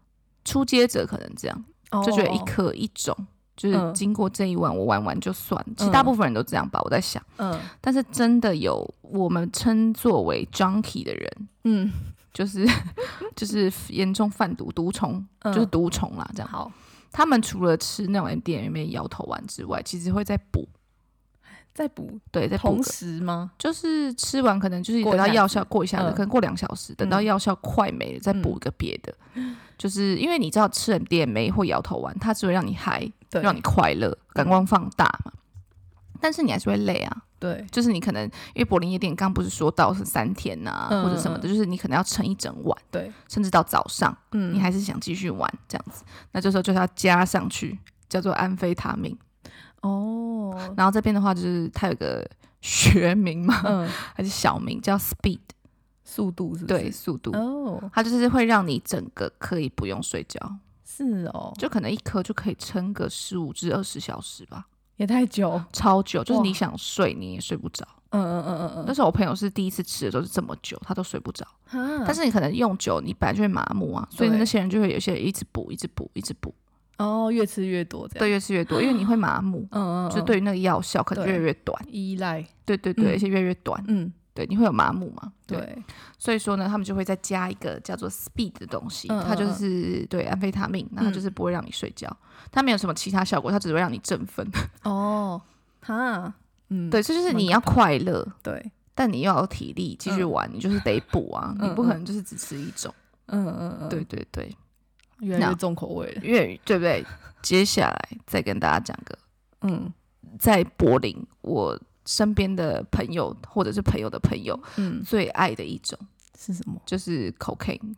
初阶者可能这样，就觉得一颗一种。就是嗯经过这一晚，我玩完就算。其实大嗯部分人都这样吧，我在想。嗯但是真的有我们称作为 junkie 的人，嗯，就是 (laughs) 就是严重贩毒毒虫，嗯就是毒虫啦，这样。好，他们除了吃那种 MDMA 摇头丸之外，其实会再补，再补对，再补同个，时吗？就是吃完可能就是过等到一下药子效过一下子，嗯可能过两小时，等到嗯药效快没了再补一个别 (laughs) 的，就是因为你知道吃 MDMA 或摇头丸，它只会让你嗨，对，嗯让你快乐，感光放大嘛。但是你还是会累啊，对就是你可能因为柏林夜店刚不是说到是三天呐、嗯或者什么的，就是你可能要撑一整晚，对，甚至到早上，嗯，你还是想继续玩这样子，那这时候就是要加上去，叫做安非他命。哦，然后这边的话就是它有个 (laughs) 学名嘛，嗯，还是小名叫 speed，速度是不对，是？速度。哦，它就是会让你整个可以不用睡觉，是哦，就可能一颗就可以撑个十五至二十小时吧，也太久，超久。就是哇你想睡你也睡不着。嗯嗯嗯嗯那时候我朋友是第一次吃的时候是这么久，他都睡不着。嗯，哈但是你可能用久，你本来就会麻木啊，所以对那些人就会有些人一直补，一直补，一直补，哦，越吃越多这样，对，越吃越多，因为你会麻木，嗯，嗯嗯，就对于那个药效可能就越来对越短。依赖，对对对，嗯而且越来越短，嗯，对，你会有麻木嘛？对，所以说呢，他们就会再加一个叫做 speed 的东西，嗯嗯它就是对安非他命，那它就是不会让你睡觉，它没有什么其他效果，它只会让你振奋。哦，哈，嗯，对，这就是蛮你可要快乐，对，但你又要有体力继续嗯玩，你就是得补啊，嗯你不可能就是只吃一种。嗯嗯嗯，对，对对，越来那越重口味了，粤语对不对？接下来再跟大家讲个嗯，在柏林，我身边的朋友或者是朋友的朋友嗯，最爱的一种是什么？就是 cocaine。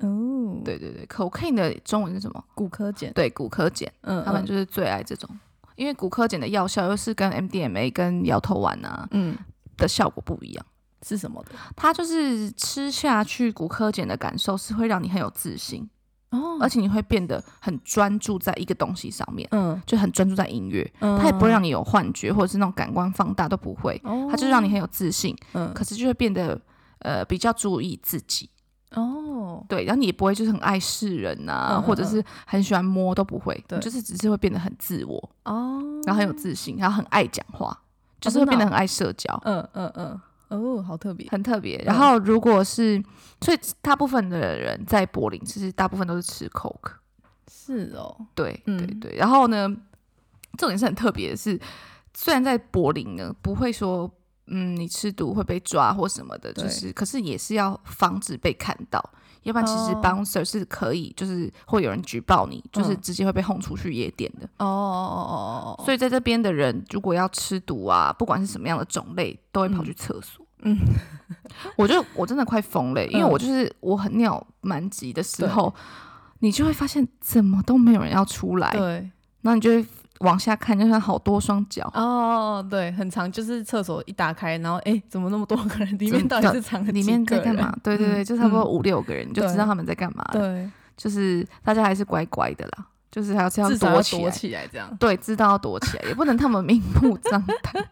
哦，，对对对，cocaine 的中文是什么？骨科碱，对，骨科碱，嗯，他们就是最爱这种，因为骨科碱的药效又是跟 MDMA 跟摇头丸啊嗯的效果不一样。是什么的？它就是吃下去骨科碱的感受是会让你很有自信，哦而且你会变得很专注在一个东西上面，嗯，就很专注在音乐，它它也不会让你有幻觉或者是那种感官放大都不会，嗯哦，它就是让你很有自信，嗯可是就会变得呃比较注意自己，哦，对，然后你也不会就是很爱世人啊，嗯嗯或者是很喜欢摸都不会，对就是只是会变得很自我，哦，然后很有自信，然后很爱讲话，就是会真的变得哦很爱社交，嗯嗯嗯，哦，好特别，很特别。然后如果是，所以大部分的人在柏林，其实大部分都是吃 Coke，是哦，对，嗯对对。然后呢，重点是很特别的是，虽然在柏林呢不会说，嗯，你吃毒会被抓或什么的，对就是，可是也是要防止被看到。要不然，其实哦 bouncer 是可以，就是会有人举报你，就是嗯直接会被轰出去夜店的。哦哦哦哦哦，所以在这边的人，如果要吃毒啊，不管是什么样的种类，都会跑去厕所。嗯， (laughs) 我就我真的快疯了欸、因为我就是我很尿蛮急的时候，你就会发现怎么都没有人要出来，对，然后你就会往下看，就看好多双脚。哦，对，很长，就是厕所一打开，然后哎，怎么那么多个人？里面真到底的是藏了里几面个在干人嘛？？对对对，嗯就差不多嗯五六个人，你就知道他们在干嘛了。对，就是大家还是乖乖的啦，就是还是要至少要躲起躲来。起来这样。对，知道要躲起来，也不能他们明目张胆。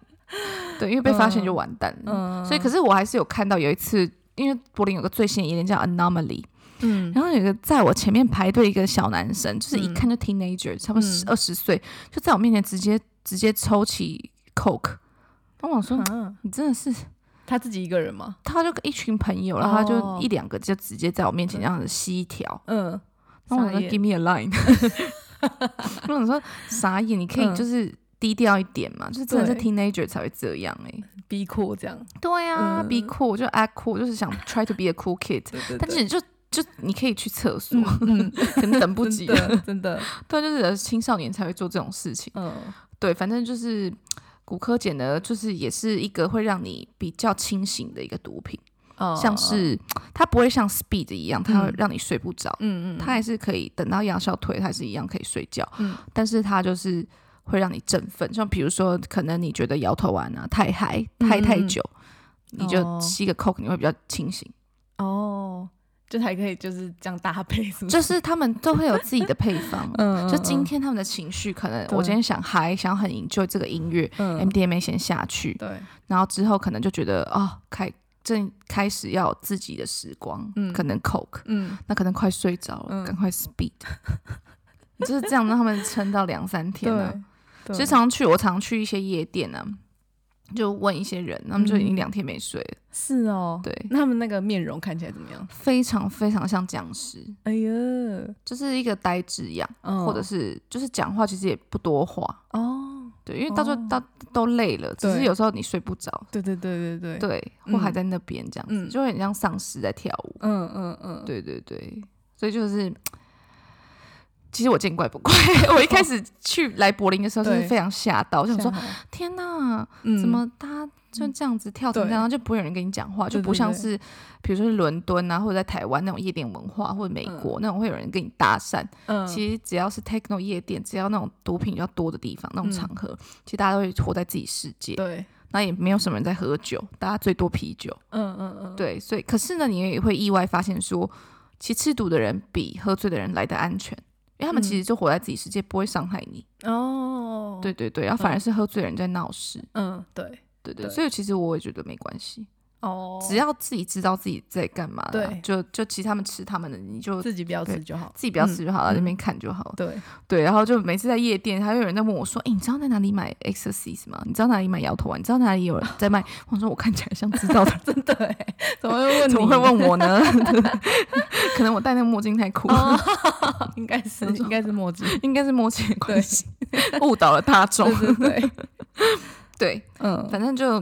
对，因为被发现就完蛋了。嗯，所以，可是我还是有看到有一次，因为柏林有个最新的夜店叫 Anomaly，嗯，然后有一个在我前面排队的一个小男生，就是一看就 teenager，、差不多嗯二十岁，就在我面前直接直接抽起 coke。然后我想说，啊你真的是，他自己一个人吗？他就一群朋友，然后他哦就一两个就直接在我面前这样子吸一条。嗯，然后我傻说眼 give me a line，我想说傻眼，你可以嗯就是低调一点嘛，就是真的是对 teenager 才会这样哎、逼酷这样，对啊、嗯 b e cool，就 act cool，就是想 try to be a cool (laughs) kid。对对但对是就就你可以去厕所，嗯，可能 (laughs) 等不 (laughs) 真及了。的真的，对，啊就是青少年才会做这种事情。 (laughs) 嗯，对，反正就是骨科碱呢，就是也是一个会让你比较清醒的一个毒品，哦像，是它不会像 speed 一样，它会嗯让你睡不着，嗯嗯，它还是可以等到药效退，它还是一样可以睡觉，嗯但是它就是。会让你振奋，像比如说，可能你觉得摇头丸啊太嗨、太太嗯嗯嗯久，你就哦吸个 coke，你会比较清醒。哦，就还可以就是这样搭配，是不是？，就是他们都会有自己的配方嗯就今，天他们的情绪，可能对我今天想嗨，想要很 enjoy 这个音乐嗯嗯， ，MDMA 先下去，对，然后之后可能就觉得哦，开正开始要有自己的时光，嗯可能 coke，嗯，那可能快睡着了，嗯赶快 speed，你就是这样让他们撑到两三天啊。对，对其实常去我常去一些夜店啊，就问一些人，他们就已经嗯两天没睡了，是哦，对，那他们那个面容看起来怎么样？非常非常像僵尸，哎呀，就是一个呆滞样。嗯或者是就是讲话其实也不多话，哦，对，因为到时候哦到都累了，只是对有时候你睡不着，对对对对对，对，嗯或还在那边这样子，嗯就会很像丧尸在跳舞，嗯嗯嗯，对对对，所以就是。其实我见怪不怪， (laughs) 我一开始去来柏林的时候就是对非常吓到，我想像说好，天哪，嗯怎么他就这样子跳成这样，对然后就不会有人跟你讲话，就对不对像对是比如说伦敦啊，或者在台湾那种夜店文化，或者美国那种会有人跟你搭讪，嗯，其实只要是 techno 夜店，只要那种毒品比较多的地方，那种嗯场合，其实大家都会活在自己世界，对，那也没有什么人在喝酒，大家最多啤酒。嗯嗯嗯，对，所以可是呢，你也会意外发现说，其实吃毒的人比喝醉的人来的安全，因为他们嗯其实就活在自己世界，不会伤害你。哦，对，对对，然后反而是喝醉的人在闹事。嗯对，对对，对所以其实我也觉得没关系，哦，只要自己知道自己在干嘛啦，对就就其实他们吃他们的，你就。自己不要对吃就好，自己不要吃就好了，嗯那边看就好了。对，对，然后就每次在夜店，还有人在问我说：“哎、你知道在哪里买 exercise 吗？你知道哪里买摇头丸？你知道哪里有人在卖？”我说：“我看起来像知道的，真的欸，怎么会问你？怎么会问我呢？ (laughs) 可能我戴那个墨镜太酷了，哦， (laughs) 应该是 (laughs) 我说应该是墨镜， (laughs) 应该是墨镜的关系，误导了大众对。对 (laughs) 对，对，嗯，反正就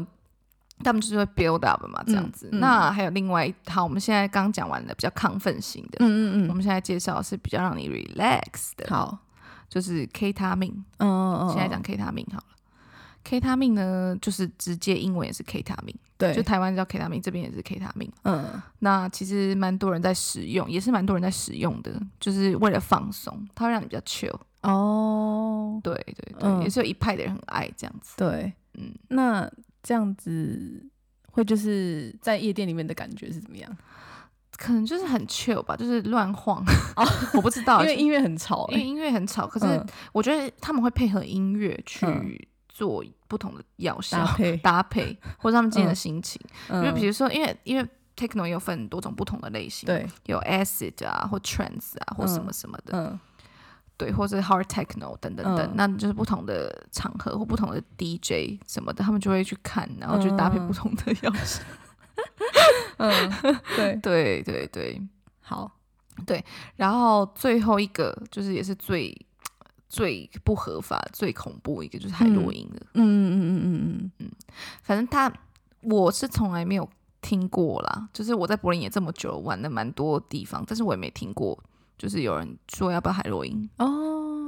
他们就是会 build up 嘛，这样子。嗯嗯那还有另外一套，我们现在刚讲完的比较亢奋型的，嗯我，们现在介绍的是比较让你 relax 的，好，就是 K 他命。嗯嗯嗯，现在讲 K 他命好了。 K 他命呢，就是直接英文也是 K 他命，对，就台湾叫 K 他命，这边也是 K 他命。嗯，那其实蛮多人在使用，也是蛮多人在使用的，就是为了放松，它会让你比较 chill。哦，对对对，嗯也是有一派的人很爱这样子。对，嗯，那这样子会就是在夜店里面的感觉是怎么样？可能就是很 chill 吧，就是乱晃， (laughs) 我不知道，哦因为就音乐很吵、因为欸，音乐很吵，可是嗯我觉得他们会配合音乐嗯去做不同的药效、搭配，搭配， (laughs) 或者他们今天的心情。因为嗯比如说，因为因为 techno 也有分很多种不同的类型，，对，有 acid 啊，或 trance 啊，或什么嗯什么的，嗯对，或是 hard techno 等等等，嗯那就是不同的场合或不同的 DJ 什么的，他们就会去看，然后去搭配嗯不同的药 (laughs) 效。嗯， (laughs) 对，对对对，好，然后最后一个就是也是最最不合法、最恐怖一个就是海洛因的，嗯嗯嗯嗯嗯反正他我是从来没有听过啦，就是我在柏林也这么久，玩了蛮多地方，但是我也没听过，就是有人说要不要海洛因，因嗯，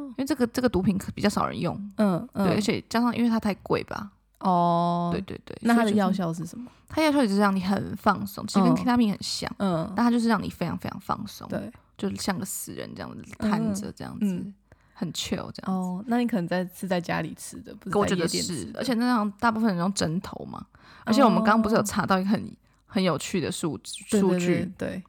哦，为这个这个毒品可比较少人用，嗯嗯，对，而且加上因为它太贵吧，哦，对，对对，那它所的以就是药，效是什么？它药效也是让你很放松，其实跟嗯 K 他命很像，嗯，但它就是让你非常非常放松，对，就是像个死人这样子瘫着这样子，嗯很 chill 这样子。哦，那你可能在是在家里吃的，不是我在觉夜得店吃是，的，而且那样大部分人用针头嘛，而且我们刚刚不是有哦查到一个很很有趣的数据对数对对据，对，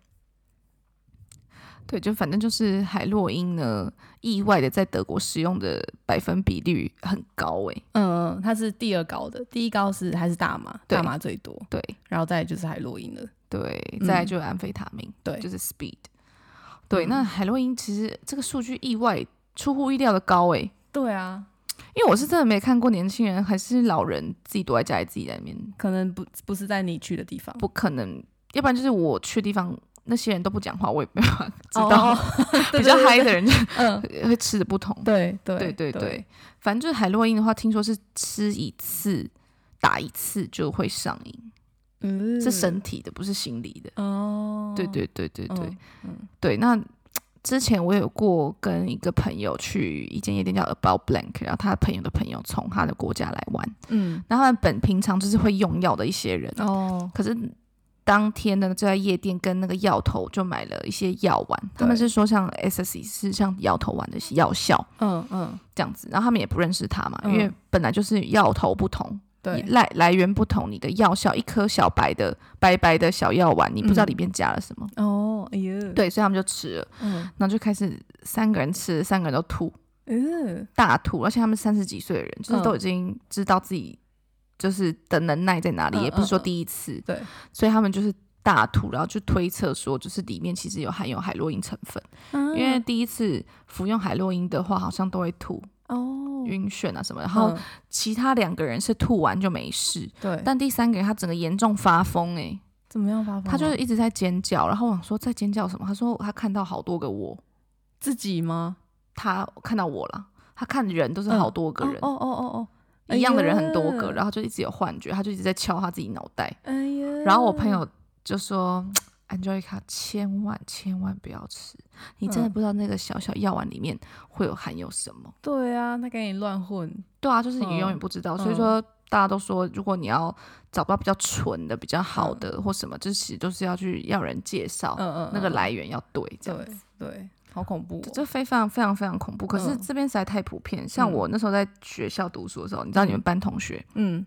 对，就反正就是海洛因呢，意外的在德国使用的百分比率很高欸诶、嗯，嗯它是第二高的，第一高是还是大麻，对大麻最多，对然后再来就是海洛因了，对，嗯再来就是安非他命，对嗯就是 speed，对，那海洛因其实这个数据意外出乎意料的高诶、对啊，因为我是真的没看过年轻人还是老人自己躲在家里自己在里面，可能不不是在你去的地方，不可能，要不然就是我去的地方那些人都不讲话，我也没办法知道。 (laughs) 哦比较嗨，的人就 (laughs) 对对对嗯，会吃的不同。对对对对对对，反正就是海洛因的话，听说是吃一次打一次就会上瘾，嗯，是身体的，不是心理的。哦，对对对对对嗯嗯对，那。之前我有过跟一个朋友去一间夜店叫 About Blank，然后他朋友的朋友从他的国家来玩，嗯那他们本平常就是会用药的一些人，哦，可是当天呢就在夜店跟那个药头就买了一些药丸，他们是对说像 SSC 是像药头丸的药效，嗯嗯，这样子，然后他们也不认识他嘛，嗯因为本来就是药头不同，对，来来源不同，你的药效一颗小白的白白的小药丸，你不知道里面加了什么，哦，哎呦，，对，所以他们就吃了，嗯然后就开始三个人吃，三个人都吐，嗯，大吐，而且他们三十几岁的人，就是嗯都已经知道自己就是的能耐在哪里，嗯也不是说嗯嗯第一次，对，所以他们就是。大吐，然后就推测说，就是里面其实有含有海洛因成分，因因为第一次服用海洛因的话，好像都会吐、哦，晕眩啊什么的，然后嗯其他两个人是吐完就没事，对，但第三个人他整个严重发疯、欸，怎么样发疯啊？他就是一直在尖叫，然后我想说在尖叫什么？他说他看到好多个我，自己吗？他看到我了，他看人都是好多个人，哦哦哦哦，哎呀一样的人很多个，然后就一直有幻觉，他就一直在敲他自己脑袋，哎呀，然后我朋友就说。Angelica，千万千万不要吃！你真的嗯不知道那个小小药丸里面会有含有什么。对啊，他跟你乱混，对啊，就是你嗯永远不知道，所以嗯说大家都说，如果你要找到比较纯的、比较好的、或什么，就其实都是要去要人介绍，嗯嗯，哦那个嗯，来源要对，这样对子。对，好恐怖哦，这非常非常非常恐怖，可是嗯这边实在太普遍。像嗯我那时候在学校读书的时候，你知道你们班同学，嗯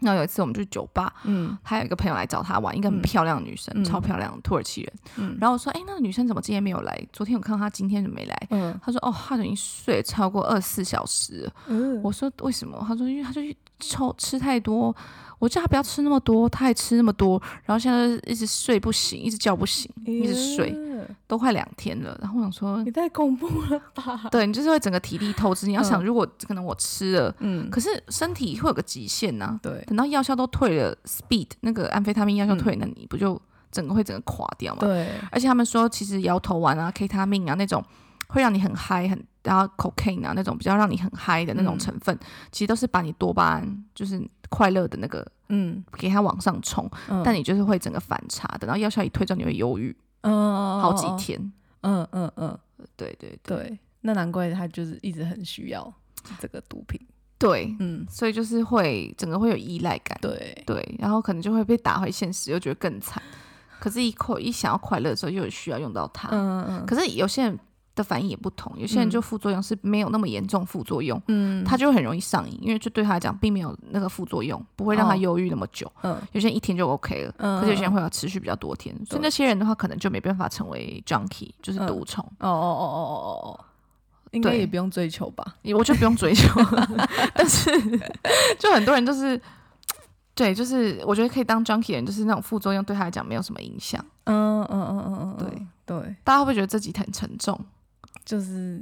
然后有一次我们去酒吧，嗯还有一个朋友来找他玩，一个很嗯漂亮的女生，嗯超漂亮，土耳其人。嗯，然后我说：“哎、那个女生怎么今天没有来？昨天我看到她，今天怎么没来？”嗯他说：“哦，她已经睡超过二十四小时了。”嗯，我说为什么？他说因为他就抽吃太多，我叫他不要吃那么多，他还吃那么多，然后现在就一直睡不醒，一直叫不醒，一直睡，哎呀都快两天了。然后我想说你，太恐怖了吧？对你就是会整个体力透支。你要想，嗯如果可能我吃了，嗯，可是身体会有个极限呐、对，等到药效都退了，speed 那个安非他命药效嗯退了，那你不就整个会整个垮掉吗？对，而且他们说，其实摇头丸啊、K 他命啊那种会让你很嗨，很然后 cocaine 啊那种比较让你很嗨的那种嗯成分，其实都是把你多巴胺就是快乐的那个嗯，给它往上冲，嗯但你就是会整个反差的。然后药效一退之后，你会忧郁嗯好几，天。嗯嗯嗯，对对对对，那难怪他就是一直很需要这个毒品，对，嗯，所以就是会整个会有依赖感，对，对，然后可能就会被打回现实，又觉得更惨。可是一，快一想要快乐的时候，又有需要用到它。嗯嗯可是有些人的反应也不同，有些人就副作用是没有那么严重，副作用、嗯，他就会很容易上瘾，因为就对他来讲并没有那个副作用，不会让他哦忧郁那么久。嗯有些人一天就 OK 了，嗯可是有些人会要持续比较多天，所以那些人的话可能就没办法成为 junkie，就是毒虫。哦哦哦哦哦哦，应该对也不用追求吧？我就不用追求了， (laughs) 但是就很多人就是。对，就是我觉得可以当 junkie 的人，就是那种副作用对他来讲没有什么影响。嗯嗯嗯嗯嗯，对嗯对，大家会不会觉得这集很沉重、就是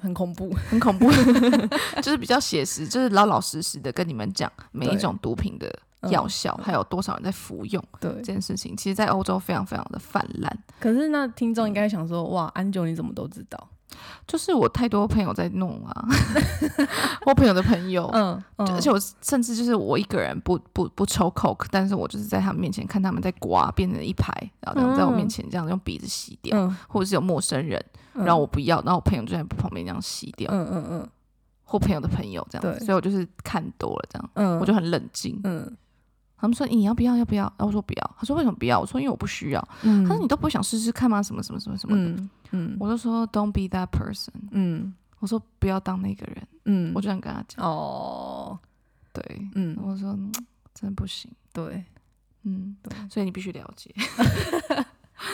很恐怖。很恐怖？ (laughs) 就是比较写实，就是老老实实的跟你们讲每一种毒品的嗯药效，还有多少人在服用 (laughs) 对这，件事情。其实，在欧洲非常非常的泛滥。可是那听众应该想说，哇，安九你怎么都知道？就是我太多朋友在弄啊， (laughs) 我朋友的朋友，嗯，嗯而且我甚至哦就是我一个人不不不抽 coke，但是我就是在他们面前看他们在刮，变成一排，然后这样在我面前这样用鼻子吸掉，嗯，或者是有陌生人，嗯然后我不要，然后我朋友就在旁边这样吸掉，嗯嗯嗯或朋友的朋友这样子，对所以我就是看多了这样，嗯，我就很冷静。嗯他们说你要不要要不要？然后我说不要。他说为什么不要？我说因为我不需要。嗯，他说你都不想试试看吗？什么什么什么什么的。嗯嗯我就说 Don't be that person。嗯我说不要当那个人。嗯我，就这样跟他讲。哦，对，嗯我说嗯真的不行。对，嗯，对所以你必须了 (laughs) 解。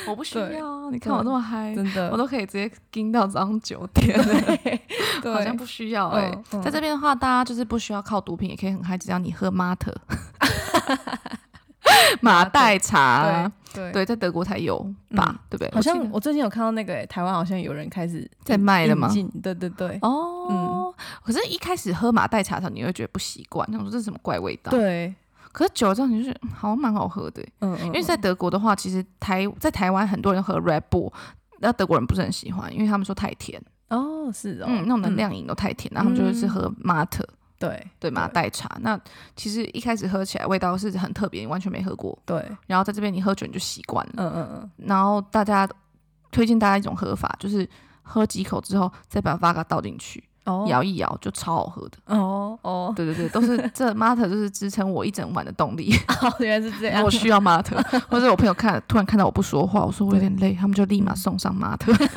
我不需对要啊，你看我那么嗨，真的，我都可以直接盯到早上九点， (laughs) (laughs) 对，好像不需要哎、嗯嗯在这边的话，大家就是不需要靠毒品也可以很嗨，只要你喝 (laughs) mate 马黛茶，对啊嗯对，在德国才有吧，对不对？好像记得我最近有看到那个、欸、台湾好像有人开始在卖了引吗进对对对，哦，可是一开始喝马黛茶的时候，你会觉得不习惯，想说这是什么怪味道？。对，可是久了之后，你就是嗯好像蛮好喝的欸、嗯，嗯因为在德国的话，其实台在台湾很多人喝 Red Bull，那德国人不是很喜欢，因为他们说太甜，嗯哦是哦，嗯，那种能量饮都太甜，然后他们就是喝 Mate，、对对马黛茶。那其实一开始喝起来味道是很特别，你完全没喝过，对，然后在这边你喝酒你就习惯了。嗯嗯然后大家推荐大家一种喝法，就是喝几口之后再把 v o d a 倒进去，嗯，哦摇一摇就超好喝的。哦哦，对对对，都是这 Mate 就是支撑我一整晚的动力。 (laughs) 哦原来是这然后样我，需要 mate，或者我朋友看突然看到我不说话，我说我有点累，他们就立马送上 mate，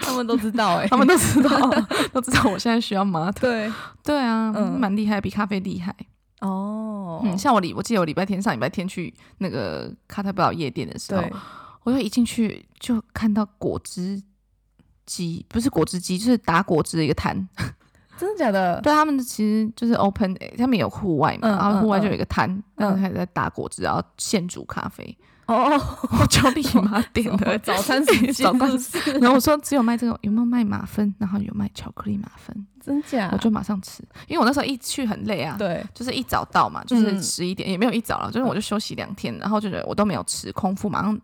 他们都知道哎、他们都知道， (laughs) 都知道我现在需要 mate。 (laughs) 对 (laughs) 对啊，嗯蛮厉害，比咖啡厉害。哦，嗯，像我礼，我记得我礼拜天上礼拜天去那个卡特布尔夜店的时候对，，我就一进去就看到果汁机，不是果汁机，就是打果汁的一个摊。真的假的？ (laughs) 对他们其实就是 open，air，他们有户外嘛，嗯然后户外嗯就有一个摊，然后嗯开始在打果汁，然后现煮咖啡， (laughs) 哦， (laughs) 我就立马点了早餐时间早餐是不是 (laughs) 然后我说只有卖这个，有没有卖马芬？然后有卖巧克力马芬， (laughs) 真假？我就马上吃，因为我那时候一去很累啊，，啊对，就是一早到嘛，就是嗯十一点、也没有一早了，就是我就休息两天，然后就觉得我都没有吃，空腹马上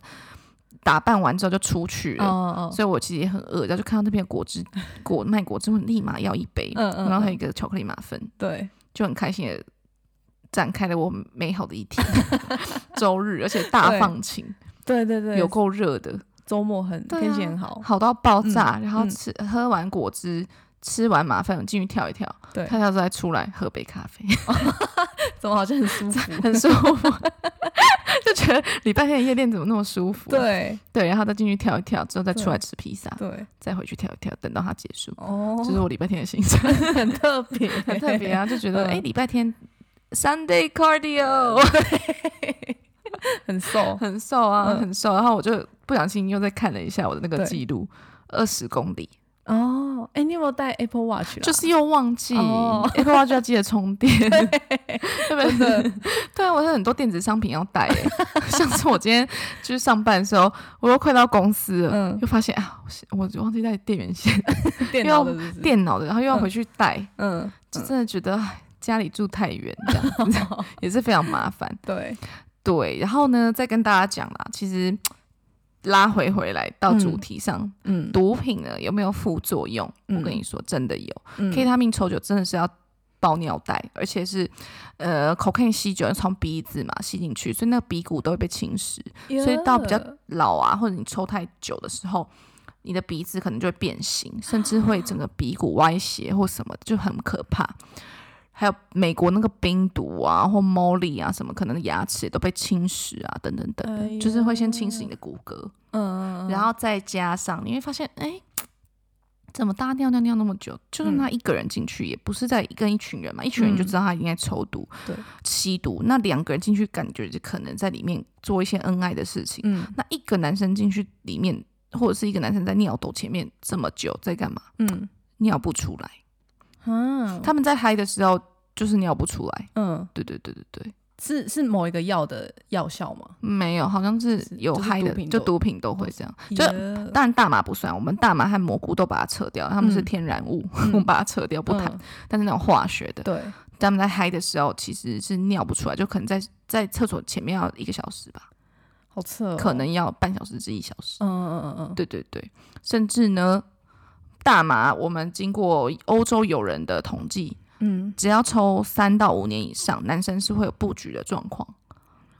打扮完之后就出去哦了，哦，所以我其实也很饿，然后就看到那边有果 (laughs) 汁果卖果汁，我立马要一杯，嗯嗯然后还有嗯一个巧克力马芬，对，就很开心的展开了我美好的一 (laughs) 天，周日，而且大对放晴，对对对，有够热的，周末很、对啊天气很 (laughs) 好，好到爆炸，嗯然后嗯吃、喝完果汁，吃完马芬，我进去跳一跳，对跳一跳之后再出来喝杯咖 (laughs) 啡，怎么好像很舒服？很舒服， (laughs) 就觉得礼拜天的夜店怎么那么舒服、 (laughs) 啊对对，然后再进去跳一跳，之后再出来吃披萨，对，再回去跳一跳，等到它结束，哦，这是我礼拜天的行程， (laughs) 很特别， (laughs) 很特别啊，就觉得嗯哎，礼、拜天 Sunday cardio (laughs) 很瘦， (laughs) 很瘦啊，嗯很瘦，然后我就不小心又再看了一下我的那个对记录。二十公里，哦，哎、你有没有带 Apple Watch 啊啦？就是又忘记、哎哦 Apple Watch 要记得充电， (laughs) (laughs) 对不真对？的， (laughs) 对啊，我有很多电子商品要带、欸。 (laughs) 上次我今天就是上班的时候，我又快到公司了，嗯 (laughs) 又发现啊，我是我忘记带电源线，电脑的是不是电脑的，然后又要回去带，嗯，就真的觉得唉家里住太远，这样子 (laughs) 也是非常麻烦。对，对，然后呢，再跟大家讲啦，其实。拉回回来到主题上，嗯，毒品呢有没有副作用？我跟嗯你说，真的有。嗯 K 他命抽酒真的是要包尿袋，而且是呃 cocaine 吸酒从鼻子嘛吸进去，所以那个鼻骨都会被侵蚀。所以到比较老啊，或者你抽太久的时候，你的鼻子可能就会变形，甚至会整个鼻骨歪斜或什么的，就很可怕。还有美国那个冰毒啊，或 Molly 啊，什么可能牙齿也都被侵蚀啊，等等等，哎呀就是会先侵蚀你的骨骼，嗯，然后再加上你会发现，哎，怎么大家尿尿尿那么久？就嗯算他一个人进去，也不是在跟一群人嘛，一群人就知道他应该抽毒、对吸毒。那两个人进去，感觉就可能在里面做一些恩爱的事情。嗯那一个男生进去里面，或者是一个男生在尿斗前面这么久，在干嘛？嗯尿不出来。嗯，他们在嗨的时候就是尿不出来。嗯对对对对对，是是某一个药的药效吗？没有，好像是是有就是嗨的，毒品就都毒品都会这样。就耶当然大麻不算，我们大麻和蘑菇都把它撤掉，他们是嗯天然物，嗯我们 (laughs) 把它撤掉不谈。嗯但是那种化学的，对，他们在嗨的时候其实是尿不出来，就可能在在厕所前面要一个小时吧，好扯哦，可能要半小时至一小时。嗯嗯嗯嗯，对对对，甚至呢，大麻我们经过欧洲友人的统计，嗯只要抽三到五年以上，男生是会有布局的状况。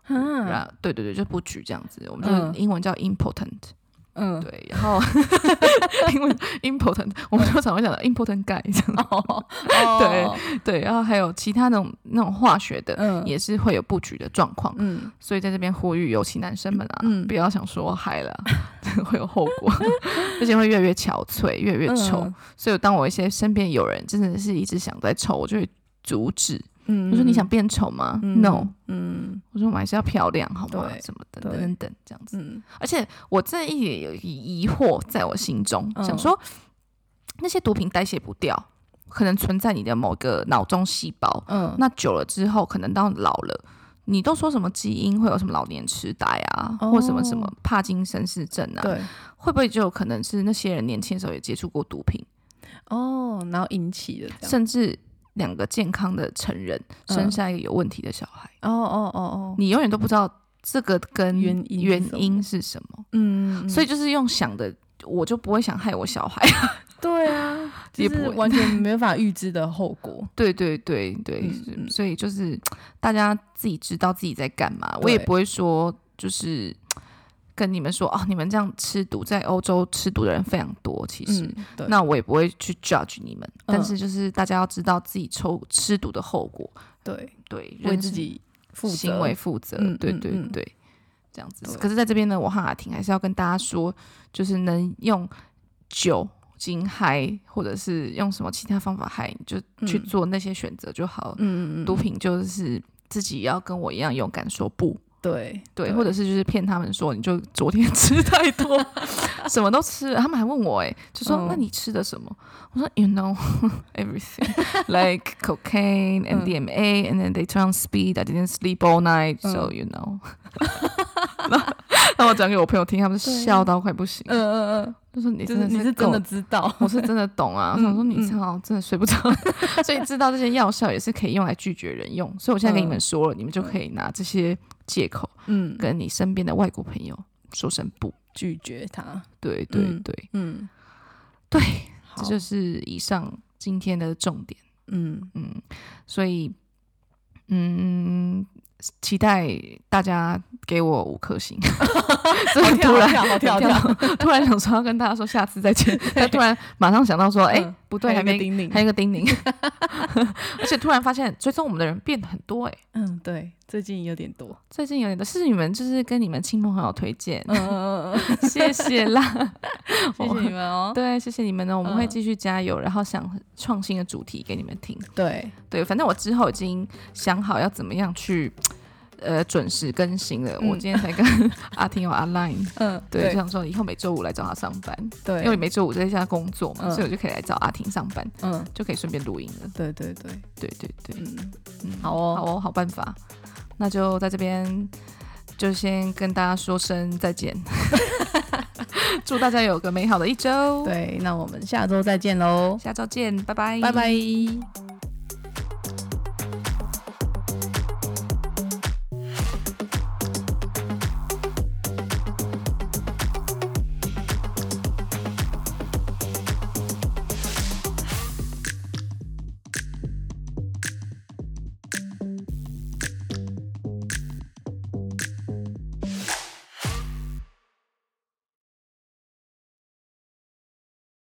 然嗯后对对对，就布局这样子，我们就是嗯英文叫 important，、嗯，对，然后 (laughs) 英文 important，我们通常会讲到 important guy 这样，嗯哦，对 (laughs) 对，然后还有其他那种那种化学的，嗯也是会有布局的状况，嗯所以在这边呼吁，尤其男生们啊，嗯不要想说嗨了， (laughs) 会有后果， (laughs) 而且会越来越憔悴，越来越丑。嗯所以当我一些身边有人真的是一直想在丑，我就会阻止，嗯，我说你想变丑吗、嗯 n o 嗯我说我们还是要漂亮，好吗？对什么的，对等等等这样子。嗯而且我这一点有疑惑在我心中，嗯想说那些毒品代谢不掉，可能存在你的某个脑中细胞，嗯，那久了之后，可能到老了，你都说什么基因会有什么老年痴呆啊，哦或什么什么帕金森氏症啊，对会不会就有可能是那些人年轻的时候也接触过毒品，哦，然后引起的这样，甚至两个健康的成人嗯生下一个有问题的小孩，哦哦哦哦，你永远都不知道这个跟原因是什么原因是什么，嗯，嗯所以就是用想的，我就不会想害我小孩。对啊， (laughs) 也就不是会完全没办法预知的后 (laughs) 果。对对对对，嗯是嗯所以就是大家自己知道自己在干嘛，我对也不会说就是跟你们说哦，你们这样吃毒，在欧洲吃毒的人非常多，其实。嗯，对，那我也不会去 judge 你们，但是就是大家要知道自己抽吃毒的后果，对，对，为人自生己负责行为负责，嗯对嗯对嗯对，这样子。对可是在这边呢，我和阿婷还是要跟大家说，就是能用酒精嗨，或者是用什么其他方法嗨，你就去嗯做那些选择就好了。嗯嗯嗯，毒品就是自己要跟我一样勇敢说不。对对， (laughs) 或者是就是骗他们说，你就昨天吃太多， (laughs) 什么都吃了。他们还问我、欸，就说、嗯那你吃的什么？我说 You know (laughs) everything, like (laughs) cocaine, 嗯 MDMA, and then they turn on speed. I didn't sleep all night, 嗯 so you know (laughs) 那。那我讲给我朋友听，他们对笑到快不行，嗯嗯嗯就说你嗯，真就是的你是真够的知道， (laughs) 我是真的懂啊，我想说嗯你正好真的睡不着， (laughs) 所以知道这些药效也是可以用来拒绝人用。所以我现在跟你们说了，你们就可以拿这些借口嗯，跟你身边的外国朋友说声不。拒绝他，对对嗯对，嗯，对，好这就是以上今天的重点。 (laughs) 嗯嗯，所以嗯，期待大家给我五颗 (laughs) 星。这好么跳突然。好跳好跳跳好 (laughs) 跳，突然想说要跟大家说下次再见，但突然马上想到说，哎、嗯不对，还有还一个没叮咛还有一个叮咛， (laughs) 而且突然发现追踪我们的人变得很多哎、嗯，对，最近有点多，最近有点多是你们就是跟你们亲朋好友推荐，嗯嗯嗯，嗯谢谢啦， (laughs) 谢谢你们哦，对，谢谢你们呢，我们会嗯继续加油，然后想创新的主题给你们听。对，对，反正我之后已经想好要怎么样去。呃，准时更新了。我嗯今天才跟 (laughs) 阿婷有阿 Line，嗯，对，就对想说以后每周五来找她上班，因为对，每周五在家工作嘛，嗯所以我就可以来找阿婷上班，嗯，就可以顺便录音了。对对对，对对对，嗯，嗯，好哦，好哦，好办法。那就在这边，就先跟大家说声再见， (laughs) 祝大家有个美好的一周。，对，那我们下周再见喽，下周见，拜拜，拜拜。